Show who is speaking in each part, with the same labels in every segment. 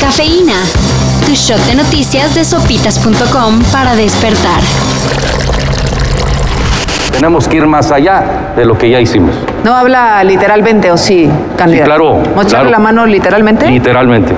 Speaker 1: Cafeína. Tu shot de noticias de sopitas.com para despertar.
Speaker 2: Tenemos que ir más allá de lo que ya hicimos.
Speaker 3: No habla literalmente o sí, candidato.
Speaker 2: claro,
Speaker 3: ¿Mocharle
Speaker 2: claro.
Speaker 3: la mano literalmente?
Speaker 2: Literalmente.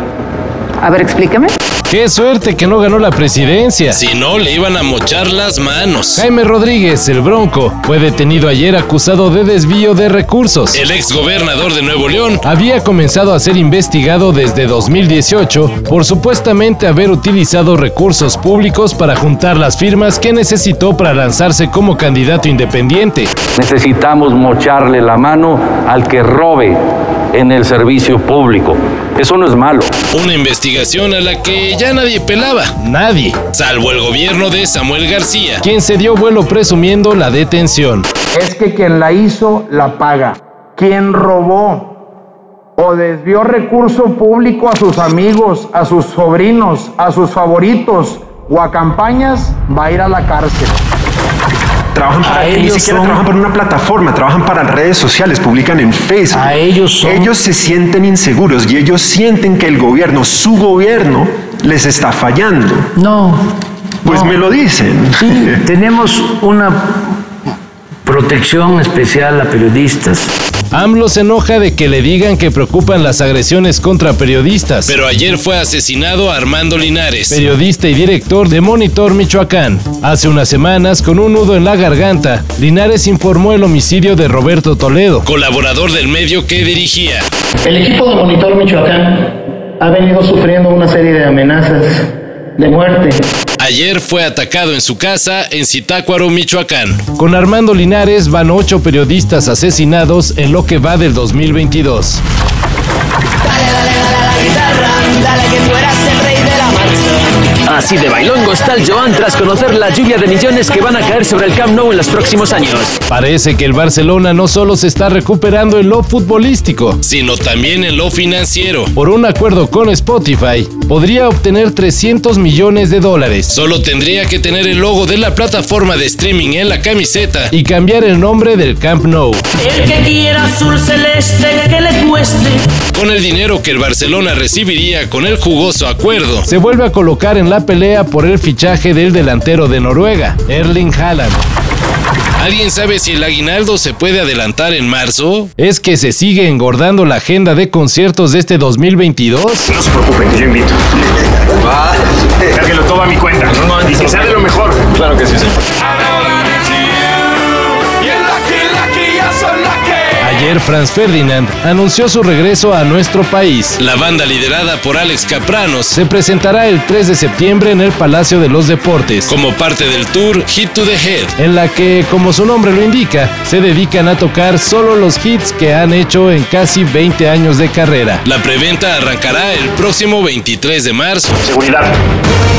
Speaker 3: A ver, explíqueme.
Speaker 4: Qué suerte que no ganó la presidencia.
Speaker 5: Si no, le iban a mochar las manos.
Speaker 4: Jaime Rodríguez, el Bronco, fue detenido ayer acusado de desvío de recursos.
Speaker 5: El ex gobernador de Nuevo León
Speaker 4: Había comenzado a ser investigado desde 2018 por supuestamente haber utilizado recursos públicos para juntar las firmas que necesitó para lanzarse como candidato independiente.
Speaker 2: Necesitamos mocharle la mano al que robe en el servicio público. Eso no es malo.
Speaker 5: Una investigación a la que ya nadie pelaba,
Speaker 4: Nadie,
Speaker 5: salvo el gobierno de Samuel García.
Speaker 4: quien se dio vuelo presumiendo la detención.
Speaker 6: es que quien la hizo la paga. Quien robó o desvió recurso público a sus amigos, a sus sobrinos, a sus favoritos o a campañas, va a ir a la cárcel.
Speaker 7: Trabajan para
Speaker 8: A
Speaker 7: ni
Speaker 8: ellos
Speaker 7: siquiera
Speaker 8: son-
Speaker 7: trabajan para una plataforma, trabajan para redes sociales, publican en Facebook.
Speaker 8: A ellos son-
Speaker 7: Ellos se sienten inseguros y ellos sienten que el gobierno, su gobierno, les está fallando.
Speaker 8: No.
Speaker 7: Pues
Speaker 8: no.
Speaker 7: me lo dicen.
Speaker 8: Sí, tenemos una protección especial a periodistas.
Speaker 4: AMLO se enoja de que le digan que preocupan las agresiones contra periodistas.
Speaker 5: Pero ayer fue asesinado Armando Linares.
Speaker 4: periodista y director de Monitor Michoacán. Hace unas semanas, con un nudo en la garganta, Linares informó el homicidio de Roberto Toledo.
Speaker 5: colaborador del medio que dirigía.
Speaker 9: El equipo de Monitor Michoacán ha venido sufriendo una serie de amenazas de muerte.
Speaker 5: Ayer fue atacado en su casa en Zitácuaro, Michoacán.
Speaker 4: Con Armando Linares van ocho periodistas asesinados en lo que va del 2022.
Speaker 10: Así de bailongo está el Joan tras conocer la lluvia de millones que van a caer sobre el Camp Nou en los próximos años.
Speaker 4: Parece que el Barcelona no solo se está recuperando en lo futbolístico,
Speaker 5: sino también en lo financiero.
Speaker 4: por un acuerdo con Spotify, podría obtener 300 millones de dólares
Speaker 5: Solo tendría que tener el logo de la plataforma de streaming en la camiseta.
Speaker 4: y cambiar el nombre del Camp Nou.
Speaker 10: El que quiera azul celeste que le cueste.
Speaker 5: Con el dinero que el Barcelona recibiría con el jugoso acuerdo,
Speaker 4: Se vuelve a colocar en la pelea por el fichaje del delantero de Noruega, Erling Haaland.
Speaker 5: ¿alguien sabe si el aguinaldo se puede adelantar en marzo?
Speaker 4: ¿Es que se sigue engordando la agenda de conciertos de este 2022?
Speaker 7: No se preocupen, yo invito. que lo toma a mi cuenta. Y que sale lo mejor. Claro que sí, señor.
Speaker 4: Ayer Franz Ferdinand anunció su regreso a nuestro país.
Speaker 5: La banda liderada por Alex Capranos,
Speaker 4: Se presentará el 3 de septiembre en el Palacio de los Deportes,
Speaker 5: como parte del tour Hit to the Head.
Speaker 4: en la que, como su nombre lo indica, se dedican a tocar solo los hits que han hecho en casi 20 años de carrera.
Speaker 5: La preventa arrancará el próximo 23 de marzo.
Speaker 7: Seguridad.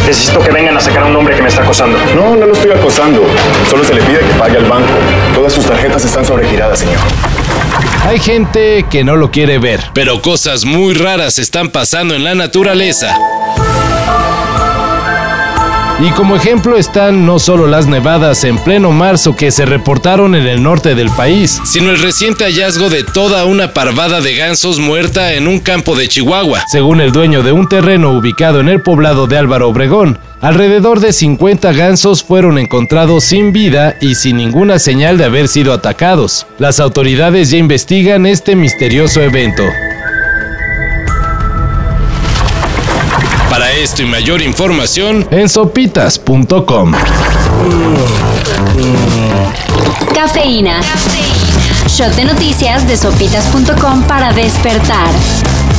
Speaker 7: Necesito que vengan a sacar a un hombre que me está acosando.
Speaker 11: No, no lo estoy acosando. Solo se le pide que pague al banco. Todas sus tarjetas están sobregiradas, señor.
Speaker 4: Hay gente que no lo quiere ver.
Speaker 5: Pero cosas muy raras están pasando en la naturaleza.
Speaker 4: Y como ejemplo están no solo las nevadas en pleno marzo que se reportaron en el norte del país,
Speaker 5: sino el reciente hallazgo de toda una parvada de gansos muerta en un campo de Chihuahua.
Speaker 4: Según el dueño de un terreno ubicado en el poblado de Álvaro Obregón, alrededor de 50 gansos fueron encontrados sin vida y sin ninguna señal de haber sido atacados. Las autoridades ya investigan este misterioso evento.
Speaker 5: Para esto y mayor información,
Speaker 4: En sopitas.com.
Speaker 1: Cafeína. Shot de noticias de sopitas.com para despertar.